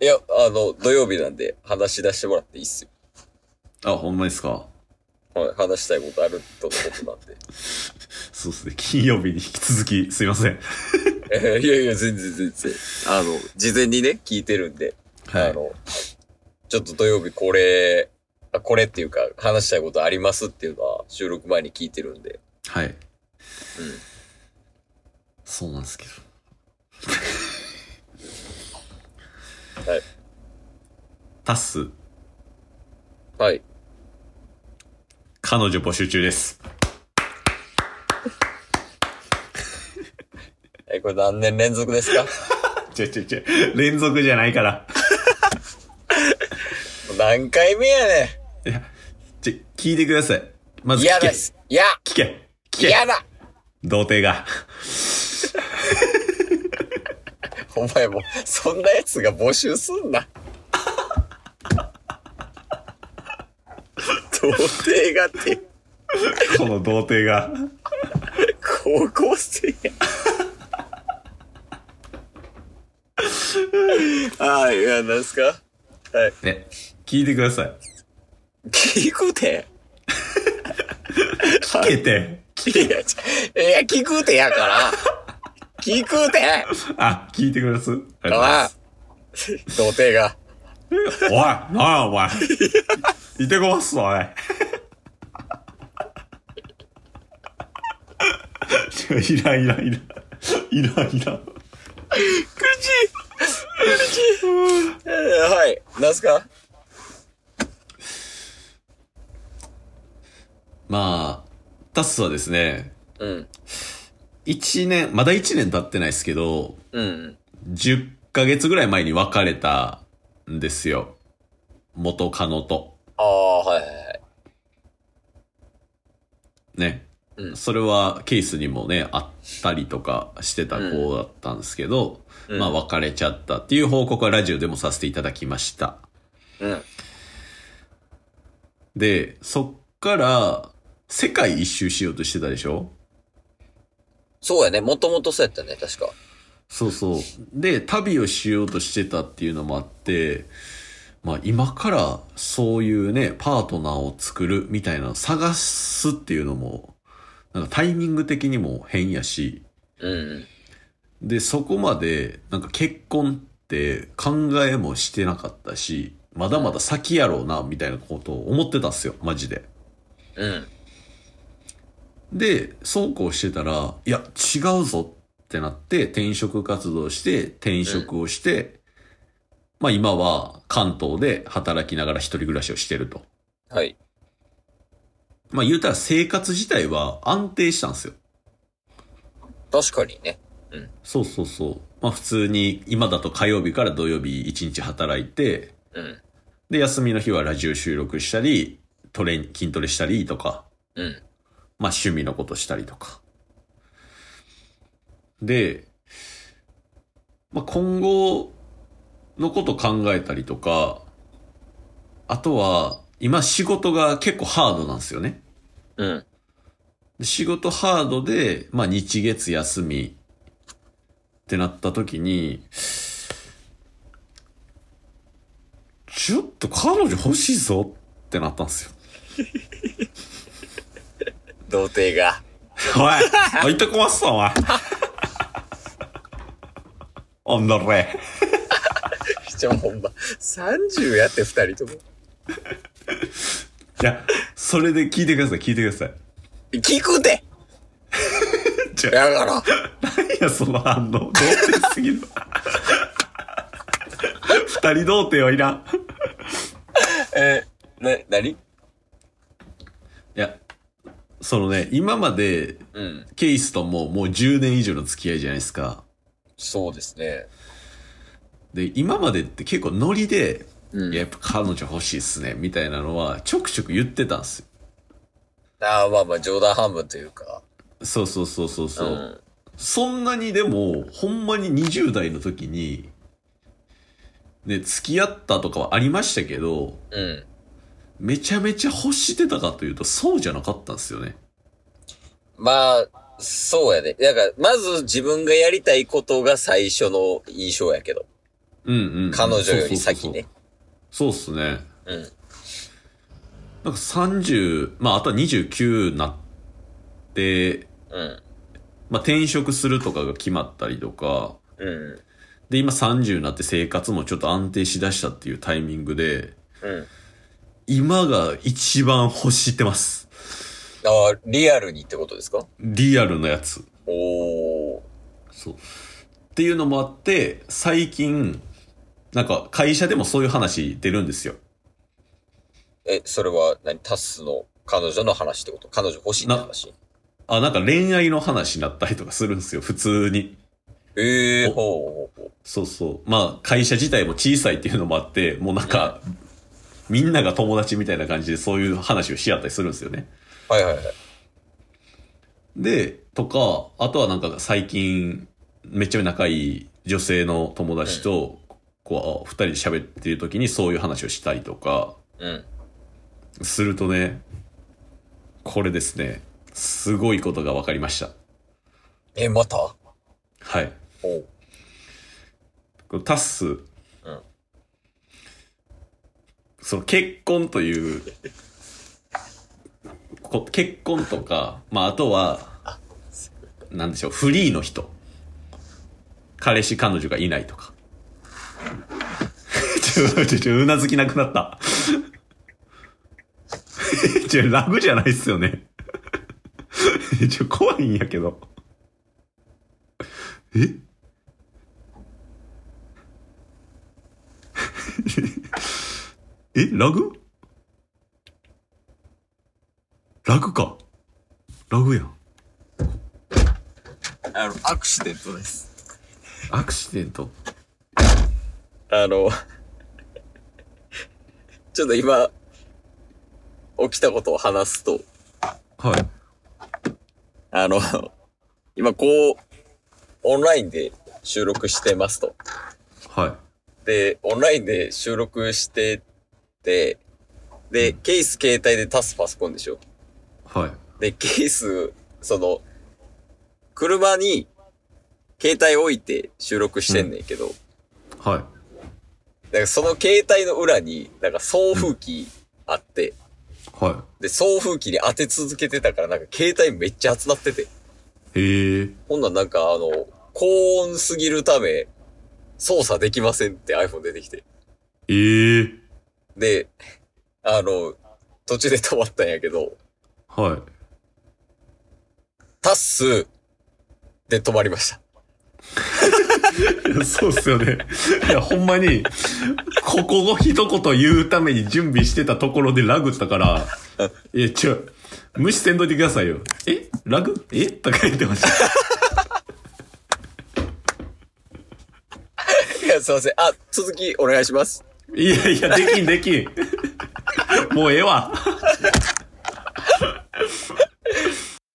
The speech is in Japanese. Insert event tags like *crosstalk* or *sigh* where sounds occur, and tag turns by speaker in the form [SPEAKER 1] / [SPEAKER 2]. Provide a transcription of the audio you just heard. [SPEAKER 1] いや、あの、土曜日なんで話し出してもらっていいっすよ。
[SPEAKER 2] あ、ほんまですか。
[SPEAKER 1] はい、話したいことあるとのことなんで。
[SPEAKER 2] そうですね。金曜日に引き続き、すいません。
[SPEAKER 1] え *laughs* ーいやいや、全然全然。あの、事前にね、聞いてるんで、
[SPEAKER 2] はい
[SPEAKER 1] あ。の、ちょっと土曜日これ、あこれっていうか、話したいことありますっていうのは収録前に聞いてるんで。
[SPEAKER 2] はい。そうなんですけど。
[SPEAKER 1] はい。
[SPEAKER 2] タッス、
[SPEAKER 1] はい。
[SPEAKER 2] 彼女募集中です。
[SPEAKER 1] え、これ何年連続ですか
[SPEAKER 2] ちょいちょいちょい、連続じゃないから。
[SPEAKER 1] 何回目やね
[SPEAKER 2] いや、ちょ、聞いてください。ま
[SPEAKER 1] ん。
[SPEAKER 2] ず聞
[SPEAKER 1] 嫌
[SPEAKER 2] け。
[SPEAKER 1] です。嫌
[SPEAKER 2] 聞け。聞け。
[SPEAKER 1] 嫌だ
[SPEAKER 2] 童貞が。
[SPEAKER 1] お前も、そんなやつが募集すん
[SPEAKER 2] *laughs*
[SPEAKER 1] な。童貞がって、
[SPEAKER 2] この童
[SPEAKER 1] *laughs*
[SPEAKER 2] 貞が。
[SPEAKER 1] 高校生や。ああ、いや、なんすかはい。
[SPEAKER 2] ね、聞いてください。
[SPEAKER 1] 聞くて。
[SPEAKER 2] 聞けて。
[SPEAKER 1] いや、ちょいや、聞くてやから。聞くて。
[SPEAKER 2] あ、聞いてください。ありがとうございま
[SPEAKER 1] ああ
[SPEAKER 2] す。。
[SPEAKER 1] 童貞が。
[SPEAKER 2] おい、なあ、お前。いてこますわ、おい。ちょいらんいらんいらん。いらんいらん。
[SPEAKER 1] 苦しい。苦しい。えーはい。なんすか
[SPEAKER 2] まあ、タスはですね、
[SPEAKER 1] うん。
[SPEAKER 2] 一年、まだ一年経ってないですけど、
[SPEAKER 1] うん。
[SPEAKER 2] 10ヶ月ぐらい前に別れたんですよ。元カノと。
[SPEAKER 1] ああ、はいはいはい。
[SPEAKER 2] ね。
[SPEAKER 1] うん
[SPEAKER 2] それはケースにもね、あったりとかしてた子だったんですけど、
[SPEAKER 1] うん
[SPEAKER 2] まあ別れちゃったっていう報告はラジオでもさせていただきました。
[SPEAKER 1] うん。
[SPEAKER 2] で、そっから世界一周しようとしてたでしょ
[SPEAKER 1] そうやね。もともとそうやったね、確か。
[SPEAKER 2] そうそう。で、旅をしようとしてたっていうのもあって、まあ今からそういうね、パートナーを作るみたいなのを探すっていうのも、なんかタイミング的にも変やし、
[SPEAKER 1] うん。
[SPEAKER 2] で、そこまで、なんか結婚って考えもしてなかったし、まだまだ先やろうな、みたいなことを思ってたんですよ、マジで。
[SPEAKER 1] うん。
[SPEAKER 2] で、そうこうしてたら、いや、違うぞってなって、転職活動して、転職をして、まあ今は関東で働きながら一人暮らしをしてると。
[SPEAKER 1] はい。
[SPEAKER 2] まあ言うたら生活自体は安定したんですよ。
[SPEAKER 1] 確かにね。
[SPEAKER 2] そうそうそう。まあ普通に今だと火曜日から土曜日一日働いて、
[SPEAKER 1] うん。
[SPEAKER 2] で、休みの日はラジオ収録したり、トレーニ筋トレしたりとか、
[SPEAKER 1] うん。
[SPEAKER 2] まあ趣味のことしたりとか。で、まあ今後のこと考えたりとか、あとは今仕事が結構ハードなんですよね。
[SPEAKER 1] うん。
[SPEAKER 2] で仕事ハードで、まあ日月休みってなった時に、ちょっと彼女欲しいぞってなったんですよ。
[SPEAKER 1] 童貞が。
[SPEAKER 2] おい、いてこますぞ、お前。 *laughs* おんどれ。
[SPEAKER 1] ちょ、ほんま、30やって、二人とも。
[SPEAKER 2] いや、それで聞いてください、聞いてください。
[SPEAKER 1] 聞くて
[SPEAKER 2] ちょ
[SPEAKER 1] だから、
[SPEAKER 2] 何や、その反応。童貞すぎる。 *laughs* 二人童貞はいらん。
[SPEAKER 1] えー、な、なに
[SPEAKER 2] いや、そのね、今まで、
[SPEAKER 1] うん。
[SPEAKER 2] ケイスとももう10年以上の付き合いじゃないですか。
[SPEAKER 1] そうですね。
[SPEAKER 2] で、今までって結構ノリで、
[SPEAKER 1] うん
[SPEAKER 2] いややっぱ彼女欲しいっすね、みたいなのは、ちょくちょく言ってたんですよ。
[SPEAKER 1] ああ、まあまあ、冗談半分というか。
[SPEAKER 2] そうそうそうそうそう。
[SPEAKER 1] ん。
[SPEAKER 2] そんなにでも、ほんまに20代の時に、ね、付き合ったとかはありましたけど、
[SPEAKER 1] うん。
[SPEAKER 2] めちゃめちゃ欲してたかというと、そうじゃなかったんですよね。
[SPEAKER 1] まあ、そうやね。だから、まず自分がやりたいことが最初の印象やけど。
[SPEAKER 2] うんうんうん。
[SPEAKER 1] 彼女より先ね。
[SPEAKER 2] そうそうそう。そうっすね。
[SPEAKER 1] うん。
[SPEAKER 2] なんか30、まああとは29になって、
[SPEAKER 1] うん。
[SPEAKER 2] まあ転職するとかが決まったりとか、
[SPEAKER 1] うん。
[SPEAKER 2] で今30になって生活もちょっと安定しだしたっていうタイミングで、
[SPEAKER 1] うん。
[SPEAKER 2] 今が一番欲してます。
[SPEAKER 1] ああ、リアルにってことですか
[SPEAKER 2] リアルのやつ。
[SPEAKER 1] おー。
[SPEAKER 2] そう。っていうのもあって、最近、なんか会社でもそういう話出るんですよ。
[SPEAKER 1] え、それは何タスの彼女の話ってこと彼女欲しいって話
[SPEAKER 2] あ、なんか恋愛の話になったりとかするんですよ、普通に。
[SPEAKER 1] ええほ
[SPEAKER 2] お
[SPEAKER 1] うほうほ
[SPEAKER 2] そうそう。まあ、会社自体も小さいっていうのもあって、もうなんか、みんなが友達みたいな感じでそういう話をし合ったりするんですよね。
[SPEAKER 1] う。はいはいはい。
[SPEAKER 2] で、とか、あとはなんか最近、めっちゃ仲いい女性の友達と、こう、二人で喋ってる時にそういう話をしたりとか、
[SPEAKER 1] うん。
[SPEAKER 2] するとね、これですね、すごいことが分かりました。
[SPEAKER 1] え、またほ
[SPEAKER 2] はい。
[SPEAKER 1] う。
[SPEAKER 2] このタッス、その結婚という、こ結婚とか、まああとは、なんでしょう、フリーの人。彼氏彼女がいないとか。ちょ、ちょ、ちょ、うなずきなくなった。ちょ、ラグじゃないっすよね。ちょ、怖いんやけど。ええラグラグか。ラグやん。
[SPEAKER 1] あの、アクシデントです。
[SPEAKER 2] アクシデント。
[SPEAKER 1] あの、 *laughs* ちょっと今、起きたことを話すと、
[SPEAKER 2] はい。
[SPEAKER 1] あの、今こう、オンラインで収録してますと。
[SPEAKER 2] は
[SPEAKER 1] で、オンラインで収録してて、で、ケース携帯でタスパソコンでしょ。
[SPEAKER 2] い。はい。
[SPEAKER 1] で、ケース、その、車に携帯置いて収録してんねんけど、
[SPEAKER 2] はい。
[SPEAKER 1] だからその携帯の裏に、なんか送風機あって、
[SPEAKER 2] は
[SPEAKER 1] で、送風機に当て続けてたから、なんか携帯めっちゃ熱なってて。
[SPEAKER 2] い。へえ。
[SPEAKER 1] ほんなんなんかあの、高温すぎるため、操作できませんって iPhone 出てきて。
[SPEAKER 2] ええ。
[SPEAKER 1] で、あの、途中で止まったんやけど、
[SPEAKER 2] はい。
[SPEAKER 1] タッスで止まりました。 *laughs*
[SPEAKER 2] *laughs* そうっすよね。いや、ほんまに、ここを一言言うために準備してたところでラグったから、いや、ちょ、無視せんといてくださいよ。えラグえとか言ってました。
[SPEAKER 1] いや、すいません。あ、続きお願いします。
[SPEAKER 2] いやいや、できんできん。もうええわ。